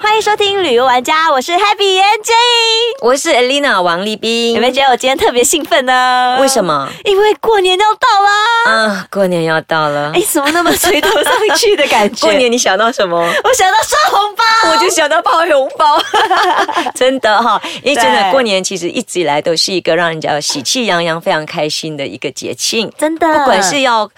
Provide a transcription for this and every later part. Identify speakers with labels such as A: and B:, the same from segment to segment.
A: 欢迎收听旅游玩家，我是 Happy and Jane。
B: 我是 Elena 王立
A: 有
B: 斌
A: 没。有觉得我今天特别兴奋呢？
B: 嗯为什？么？
A: 因为过年要到啦！
B: 啊，过年要到了
A: 哎、。怎么那么垂头丧气的感觉？
B: 过年你想到什么？
A: 我想到刷红包，
B: 我就想到包红包， 真的哈、因为真
A: 对
B: 的过年其实一直以来都是一个让人家喜气洋洋、非常开心的一个节庆，
A: 真的，
B: 不管是要。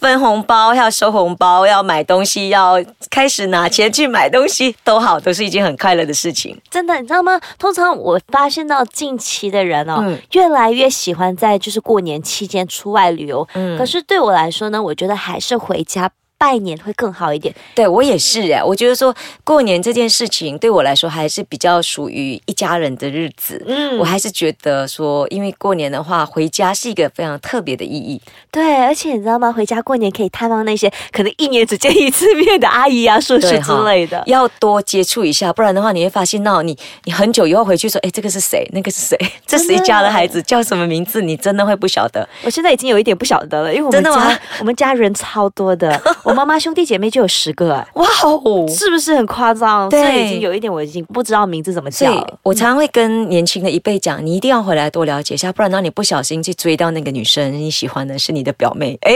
B: 分红包，要收红包，要买东西，要开始拿钱去买东西，都好，都是一件很快乐的事情。
A: 真的，你知道吗？通常我发现到近期的人哦，
B: 嗯
A: 越来越喜欢在就是过年期间出外旅游。
B: 嗯
A: 可是对我来说呢，我觉得还是回家拜年会更好一点。
B: 对我也是哎，我觉得说过年这件事情对我来说还是比较属于一家人的日子。
A: 嗯
B: 我还是觉得说，因为过年的话，回家是一个非常特别的意义。
A: 对，而且你知道吗？回家过年可以探望那些可能一年只见一次面的阿姨啊、叔叔
B: 对
A: 之
B: 哈
A: 类的。
B: 要多接触一下，不然的话，你会发现到你你很久以后回去说，哎，这个是谁？那个是谁？ 这是一家的孩子，叫什么名字？你真的会不晓得。
A: 我现在已经有一点不晓得了，因为我们
B: 真的吗
A: 家我们家人超 多的，我妈妈兄弟姐妹就有十个、哎
B: 哇哦！
A: 是不是很夸张？
B: 对
A: 所以已经有一点我已经不知道名字怎么
B: 所
A: 叫
B: 以
A: 了。
B: 我常常会跟年轻的一辈讲，你一定要回来多了解一下，不然当你不小心去追到那个女生，你喜欢的是你的表妹，哎，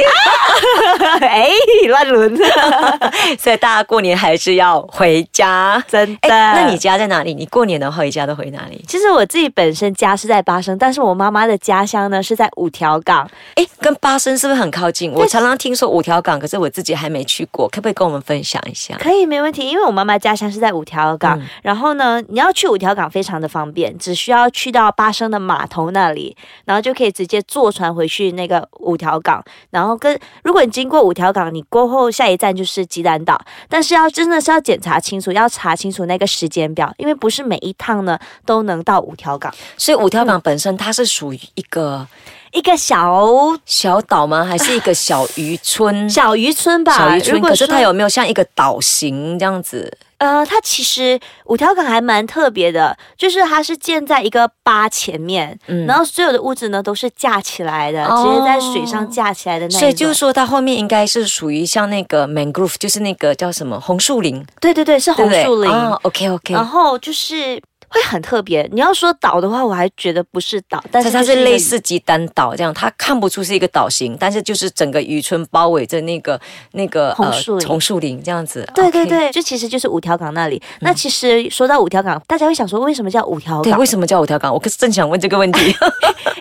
A: 哎，乱伦，
B: 所以大家过年还是要回家。
A: 真
B: 哎，
A: 的。
B: 那你家在哪里？你过年的话，回家都回哪里？
A: 其实我自己本身家是在巴生，但是我妈妈的家乡呢是在五条港。
B: 哎，跟巴生是不是很靠近？我常常听说五条港，可是我自己还没去过，可不可以跟我们分享一下？
A: 可以，没问题，因为我妈妈家乡是在五条港。
B: 嗯
A: 然后呢，你要去五条港非常的方便，只需要去到巴生的码头那里，然后就可以直接坐船回去那个五条港。然后跟如果你经过五条港，你过后下一站就是鸡蛋岛，但是要真的是要检查清楚，要查清楚那个时间表，因为不是每一趟呢都能到五条港。
B: 所以五条港本身它是属于一个
A: 一个小
B: 小岛吗？还是一个小渔村？
A: 小渔村吧，
B: 嗯小渔
A: 如
B: 村，
A: 果
B: 可是它
A: 说
B: 有没有像一个岛型这样子？
A: 呃，它其实五条港还蛮特别的，就是它是建在一个坝前面，
B: 嗯
A: 然后所有的屋子呢都是架起来的，
B: 哦
A: 直接在水上架起来的那一种。
B: 所以就是说，它后面应该是属于像那个 mangrove，就是那个叫什么红树林，
A: 对对对，
B: 对
A: 是红
B: 不对
A: 树林，
B: 啊，OK，OK、OK
A: 然
B: OK，
A: 后就是会很特别。你要说岛的话，我还觉得不是岛，但
B: 但
A: 是
B: 是
A: 就
B: 它
A: 是
B: 是
A: 一个
B: 类似鸡蛋岛这样，它看不出是一个岛型，但是就是整个渔村包围着那个那个呃
A: 红树林
B: 红树林这样子。
A: 对
B: OK 嗯
A: 对对，就其实就是五条港那里。那其实说到五条港，大家会想说为什么叫五条
B: 对，
A: 港？
B: 为什么叫五条港？我可是正想问这个问 题。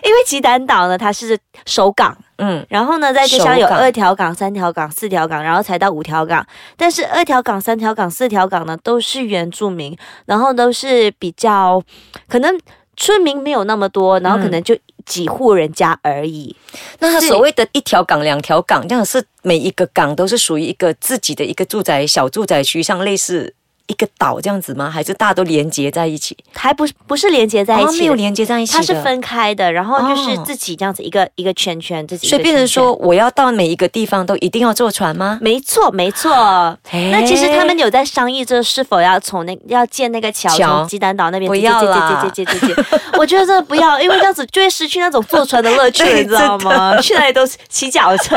A: 因为吉丹岛呢，它是首港，
B: 嗯，
A: 然后呢，在这上有
B: 首港
A: 二条港、三条港、四条港，然后才到五条港。但是二条港、三条港、四条港呢，都是原住民，然后都是比较可能村民没有那么多，然后可能就几户人家而已。
B: 那它
A: 是
B: 所谓的一条港、两条港，这样是每一个港都是属于一个自己的一个住宅小住宅区，像类似一个岛这样子吗？还是大家都连接在一起？
A: 还不是不是连接在一
B: 哦没
A: 起
B: 有
A: 的，
B: 连接在一起
A: 它
B: 的，
A: 是分开的，然后就是
B: 哦
A: 自己这样子一个、一个圈圈，自己一个
B: 所以变成
A: 圈圈
B: 说，我要到每一个地方都一定要坐船吗？
A: 没错，没错。那其实他们有在商议，这是否要从那要建那个桥，
B: 桥
A: 从鸡蛋岛那边
B: 不要啦
A: 接接接接接接接。 我觉得真的不要，因为这样子就会失去那种坐船的 乐趣，
B: 对
A: 你知道吗？去哪里都是骑脚车。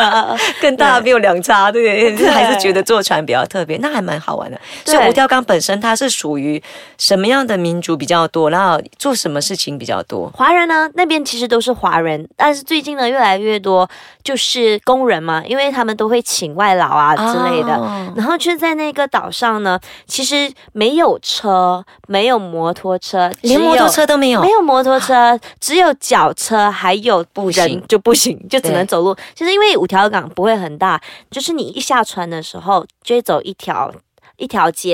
B: 跟大家没有两差，对不
A: 对
B: 对？还是觉得坐船比较特别，那还蛮好玩的。
A: 对
B: 所以五条港本身它是属于什么样的民族比较多？然后做什么事情比较多？
A: 华人呢，那边其实都是华人，但是最近呢，越来越多就是工人嘛，因为他们都会请外劳啊之类的。
B: 哦
A: 然后就在那个岛上呢，其实没有车，没有摩托车，
B: 连摩托
A: 只有
B: 车都没有
A: 没。有摩 托车，只有脚车，还有
B: 步
A: 人
B: 行
A: 就 不行，就只
B: 对
A: 能走路。其实因为五条港不会很大，就是你一下船的时候就会走一条。一条街，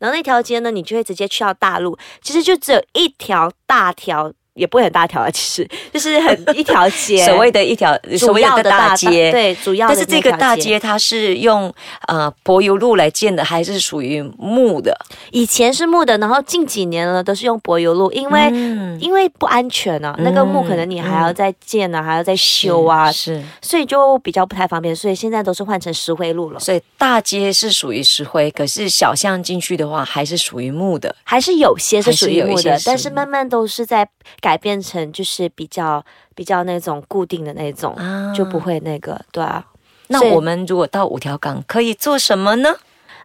A: 然后那条街呢，你就会直接去到大陆。其实就只有一条大条，也不会很大条啊，其实 就是很一条 街，
B: 所谓的一条所
A: 主
B: 谓
A: 要
B: 的大街，
A: 对，主要的
B: 但是这个大街它是用呃柏油路来建的，还是属于木的？
A: 以前是木的，然后近几年呢都是用柏油路，因为、
B: 嗯，
A: 因为不安全啊，那个木可能你还要再建啊，还要再修啊，
B: 是，
A: 所以就比较不太方便，所以现在都是换成石灰路了，
B: 所以大街是属于石灰，可是小巷进去的话还是属于木的。
A: 还是有些是属于
B: 还是有
A: 木
B: 一些
A: 的，
B: 是
A: 但是慢慢都是在改变成就是比较比较那种固定的那种，
B: 啊
A: 就不会那个对啊。
B: 那
A: 所以
B: 我们如果到五条港可以做什么呢？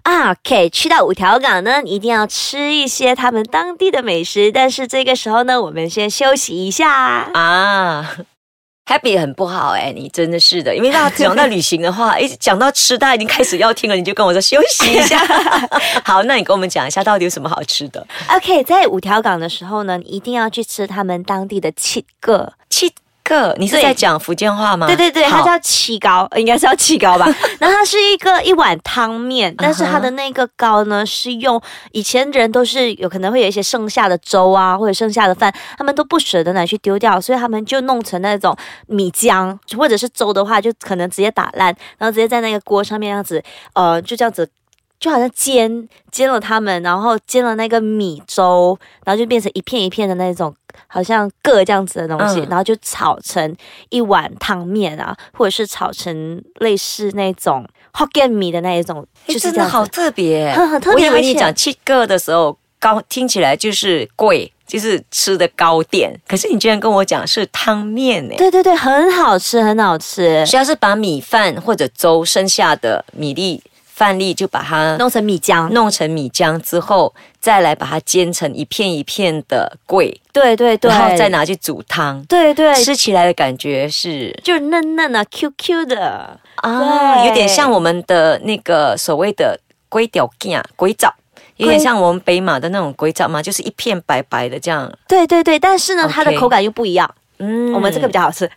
A: 啊，OK，去到五条港呢，你一定要吃一些他们当地的美食。但是这个时候呢，我们先休息一下。
B: 啊，Happy 很不好哎、你真的是的，因为大家讲到旅行的 话，一讲到吃，大家已经开始要听了，你就跟我说休息一 下。好，那你跟我们讲一下到底有什么好吃的？
A: OK，在五条港的时候呢，你一定要去吃他们当地的七个。
B: 七个，你是
A: 对
B: 在讲福建话吗？
A: 对对对，它
B: 好
A: 叫七糕，呃应该是叫七 糕吧。然后它是一个一碗汤
B: 嗯
A: 面，但是它的那个糕呢，是用以前人都是有可能会有一些剩下的粥啊，或者剩下的饭，他们都不舍得拿去丢掉，所以他们就弄成那种米浆，或者是粥的话，就可能直接打烂，然后直接在那个锅上面这样子，呃，就这样子。就好像煎煎了它们，然后煎了那个米粥，然后就变成一片一片的那种，好像个这样子的东西，
B: 嗯
A: 然后就炒成一碗汤面啊，或者是炒成类似那种 Hokkien 米的那一种，
B: 诶
A: 就是
B: 哎真
A: 这
B: 的
A: 样子
B: 好特别、
A: 很很特别
B: 我以为
A: 而
B: 你
A: 且
B: 讲七个的时候，高听起来就是贵，就是吃的糕点，可是你居然跟我讲是汤面哎、
A: 对对对，很好吃，很好吃，
B: 主要是把米饭或者粥剩下的米粒、饭粒就把它
A: 弄成米浆。
B: 弄成米浆之后，再来把它煎成一片一片的桂，
A: 对对对，
B: 然后再拿去煮汤。
A: 对对，
B: 吃起来的感觉是
A: 就是嫩嫩的、Q Q 的。
B: 啊，
A: 对
B: 有点像我们的那个所谓的龟屌干、龟枣，有点
A: 龟
B: 像我们北马的那种龟枣嘛，就是一片白白的这样。
A: 对对对，但是呢
B: OK
A: 它的口感又不一样。
B: 嗯
A: 我们这个比较好 吃，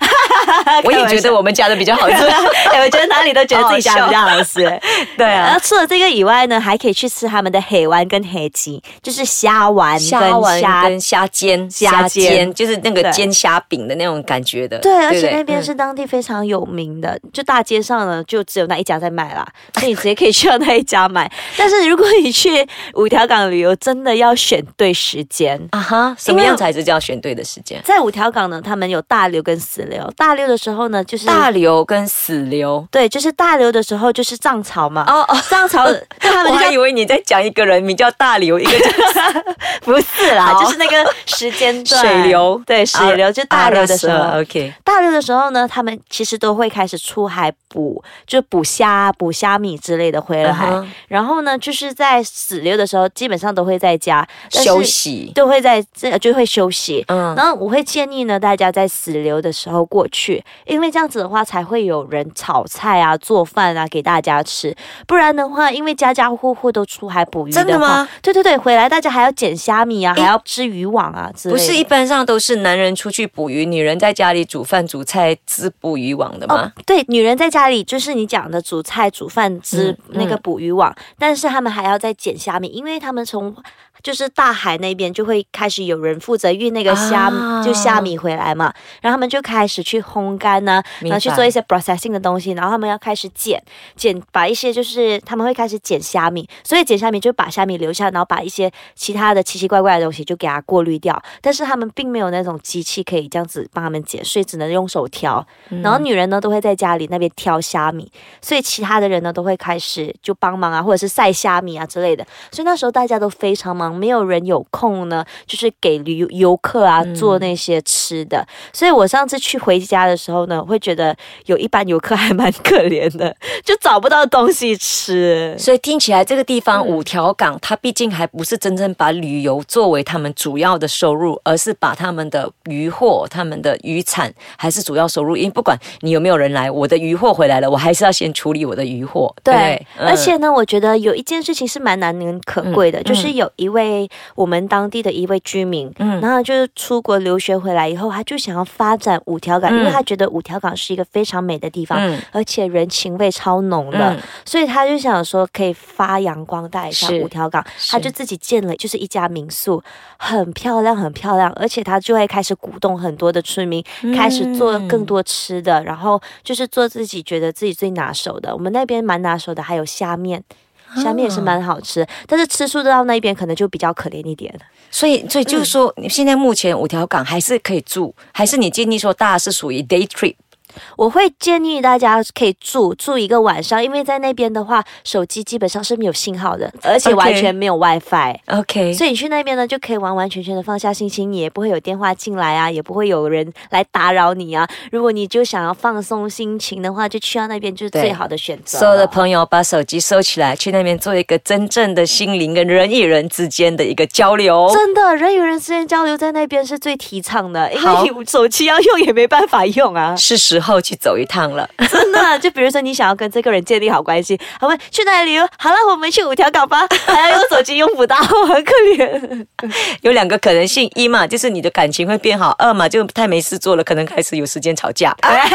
B: 我也觉得我们家的比 较好吃。哦
A: 哎，我觉得哪里都觉得自己家比较好吃。
B: 对
A: 然
B: 啊
A: 后，除了这个以外呢，还可以去吃他们的海丸跟海鸡，就是虾丸跟
B: 虾丸
A: 虾
B: 跟虾煎、
A: 虾煎
B: 就是那个
A: 对
B: 煎虾饼的那种感觉的。
A: 对，而
B: 不
A: 且那边
B: 嗯
A: 是当地非常有名的，就大街上呢，就只有那一家在卖啦，所以你直接可以去到那一 家买。但是如果你去五条港旅游，真的要选对时间。
B: 啊哈，什么
A: 因为
B: 样才是叫选对的时间？
A: 在五条港呢，他们有大流跟死流。大流的时候呢，就是
B: 大流跟死流。
A: 对，就是大流的时候就是涨潮嘛。
B: 哦哦，
A: 涨潮，对 他
B: 我
A: 们就
B: 还以
A: 叫
B: 为你在讲一个人名叫大流，一个叫
A: 不是啦，
B: 好
A: 就是那个时间 段
B: 水啊流
A: 对，水流就大流的时候。
B: OK，
A: 大六的时候呢，他们其实都会开始出海捕，就捕虾、捕虾米之类的回来。
B: 嗯哼
A: 然后呢，就是在死六的时候，基本上都会在家但是
B: 休息。
A: 都会在这就会休息。
B: 嗯，
A: 然后我会建议呢，大家在死流的时候过去，因为这样子的话才会有人炒菜啊、做饭啊给大家吃。不然的话，因为家家户户都出海捕鱼
B: 真的
A: 的话
B: 吗，
A: 对对对，回来大家还要捡虾米啊，
B: 诶
A: 还要织渔网啊之类
B: 不
A: 的。
B: 是一般上都是男人出去捕鱼，女人在家里煮饭煮菜织捕鱼网
A: 哦
B: 的吗？
A: 对，女人在家里就是你讲的煮菜、煮饭、织
B: 嗯
A: 那个
B: 嗯
A: 捕鱼网，但是他们还要再捡虾米，因为他们从就是大海那边就会开始有人负责运那个虾、
B: 啊
A: 就虾米回来嘛，然后他们就开始去烘干啊呐、
B: 明
A: 然
B: 白
A: 后去做一些 processing 的东西，然后他们要开始捡捡，把一些就是他们会开始捡虾米，所以捡虾米就把虾米留下，然后把一些其他的奇奇怪怪的东西就给它过滤掉。但是他们并没有那种机器可以这样子帮他们捡，所以只能用手挑。然后女人呢都会在家里那边挑虾米，所以其他的人呢都会开始就帮忙啊，或者是晒虾米啊之类的。所以那时候大家都非常忙，没有人有空呢，就是给旅游游客啊做那些吃的。所以我上次去回家的时候呢，会觉得有一班游客还蛮可怜的，就找不到东西吃。
B: 所以听起来这个地方、
A: 嗯
B: 五条港，它毕竟还不是真正把旅游作为他们主要的收入，而是把他们的渔获、他们的渔产还是主要收入。因为不管你有没有人来，我的渔获回来了，我还是要先处理我的渔获。
A: 对，
B: 不嗯
A: 而且呢，我觉得有一件事情是蛮难能可贵的，
B: 嗯
A: 就是有一位我们当地的一位居民，
B: 嗯
A: 然后就是出国留学回来以后，他就想要发展五条
B: 嗯
A: 港，因为他觉得五条港是一个非常美的地方，
B: 嗯
A: 而且人情味超浓的，
B: 嗯
A: 所以他就想说可以发扬光大一下
B: 是
A: 五条港，
B: 是
A: 他就自己建了就是一家民宿，很漂亮，很漂亮，而且他就会开始鼓动很多的村民
B: 嗯
A: 开始做更多吃的，然后就是做自己觉得自己最拿手的。我们那边蛮拿手的，还有虾面。
B: 啊
A: 虾面也是蛮好吃，但是吃素到那边可能就比较可怜一点。
B: 所以，所以就是说，你现在目前五条港还是可以住，还是你建议说大家是属于 day trip
A: 我会建议大家可以住住一个晚上，因为在那边的话，手机基本上是没有信号的，而且
B: OK
A: 完全没有 WiFi。
B: OK，
A: 所以你去那边呢，就可以完完全全的放下心情，你也不会有电话进来啊，也不会有人来打扰你啊。如果你就想要放松心情的话，就去到那边就是啊
B: 对
A: 最好的选择了。
B: 所有的朋友把手机收起来，去那边做一个真正的心灵跟人与人之间的一个交流。
A: 真的，人与人之间交流在那边是最提倡的，因
B: 好
A: 为你手机要用也没办法用啊。
B: 是时候去走一趟了。
A: 真的，就比如说你想要跟这个人建立好关系，他问去哪里旅游？好了，我们去五条港吧。还要用手机用不到，很可怜。
B: 有两个可能性：一嘛，就是你的感情会变好；二嘛，就太没事做了，可能开始有时间吵架。
A: 哎，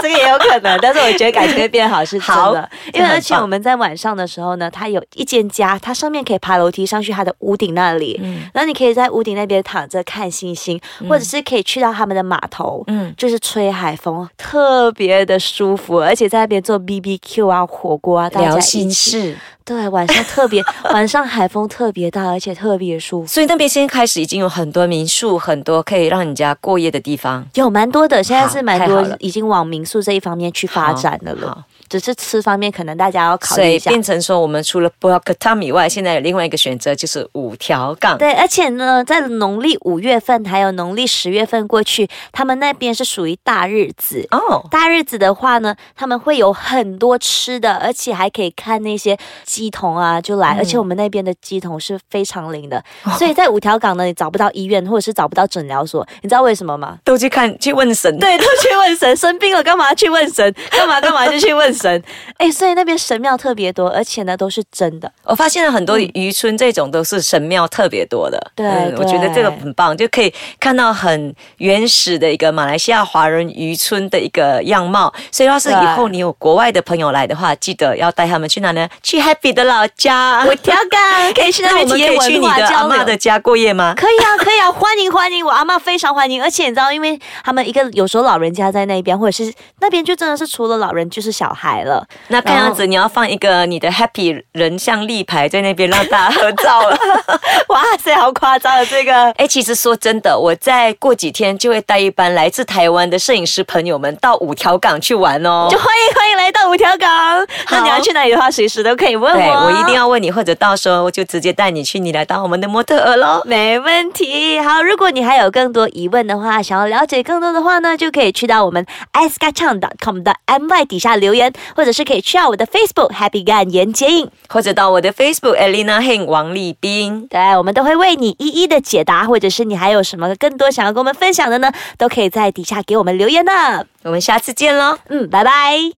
A: 这个也有可能，但是我觉得感情会变好是真
B: 好
A: 的，因为
B: 这很
A: 而且
B: 棒
A: 我们在晚上的时候呢，它有一间家，它上面可以爬楼梯上去它的屋顶那里，然后你可以在屋顶那边躺着看星星，或者是可以去到他们的码头，
B: 嗯
A: 就是吹海风，特别的舒服，而且在那边做 BBQ 啊、火锅啊，大家
B: 聊
A: 一
B: 心
A: 起
B: 事，
A: 对，晚上特 别，晚上海风特别大，而且特别舒服。
B: 所以那边现在开始已经有很多民宿，很多可以让人家过夜的地方。
A: 有蛮多的，现在
B: 好
A: 是蛮
B: 太
A: 多
B: 好了
A: 已经往民宿这一方面去发展的了。
B: 好，
A: 只是吃方面，可能大家要考
B: 所
A: 虑
B: 以
A: 一下。
B: 变成说，我们除了 b o k t a m 以外，现在有另外一个选择就是五条港。
A: 对，而且呢，在农历五月份还有农历十月份过去，他们那边是属于大日子。
B: 哦，
A: 大日子的话呢，他们会有很多吃的，而且还可以看那些鸡童啊，就来。而且我们那边的鸡童是非常灵的，所以在五条港呢，你找不到医院或者是找不到诊疗所，你知道为什么吗？
B: 都去看去问神。
A: 对，都去问神，生病了干嘛去问神？干嘛干嘛就去问神？哎，所以那边神庙特别多，而且呢都是真的。
B: 我发现了很多渔村这种都是神庙特别多的，
A: 嗯
B: 嗯
A: 对
B: 我觉得
A: 对
B: 这个很棒，就可以看到很原始的一个马来西亚华人渔村的一个样貌。所以要是
A: 对
B: 以后你有国外的朋友来的话，记得要带他们去哪呢？去 Happy 的老家。
A: 我调岗可以去那
B: 那我们可
A: 边体验
B: 以去
A: 文
B: 你
A: 化
B: 的阿
A: 交
B: 妈
A: 流
B: 的。家过夜吗？
A: 可以啊，可以啊，欢迎欢迎！我阿嬷非常欢迎，而且你知道，因为他们一个有时候老人家在那边，或者是那边就真的是除了老人就是小孩了。
B: 那看样子你要放一个你的 Happy 人像立牌在那边让大家合照了。
A: 哇塞，好夸张的这个！
B: 哎，其实说真的，我再过几天就会带一班来自台湾的摄影师朋友们到五条港去玩哦。
A: 就欢迎欢迎来到五条港。那你要去哪里的话，随时都可以问我。
B: 对，
A: 啊
B: 我一定。要问你，或者到时候就直接带你去，你来当我们的模特儿喽。
A: 没问题。好，如果你还有更多疑问的话，想要了解更多的话呢，就可以去到我们 i s k a c h a n g c o m 的 my 底下留言，或者是可以去到我的 Facebook Happy Gan 严接应，
B: 或者到我的 Facebook Elena Heng 王立斌。
A: 对我们都会为你一一的解答，或者是你还有什么更多想要跟我们分享的呢，都可以在底下给我们留言呢。
B: 我们下次见喽。
A: 嗯，拜拜。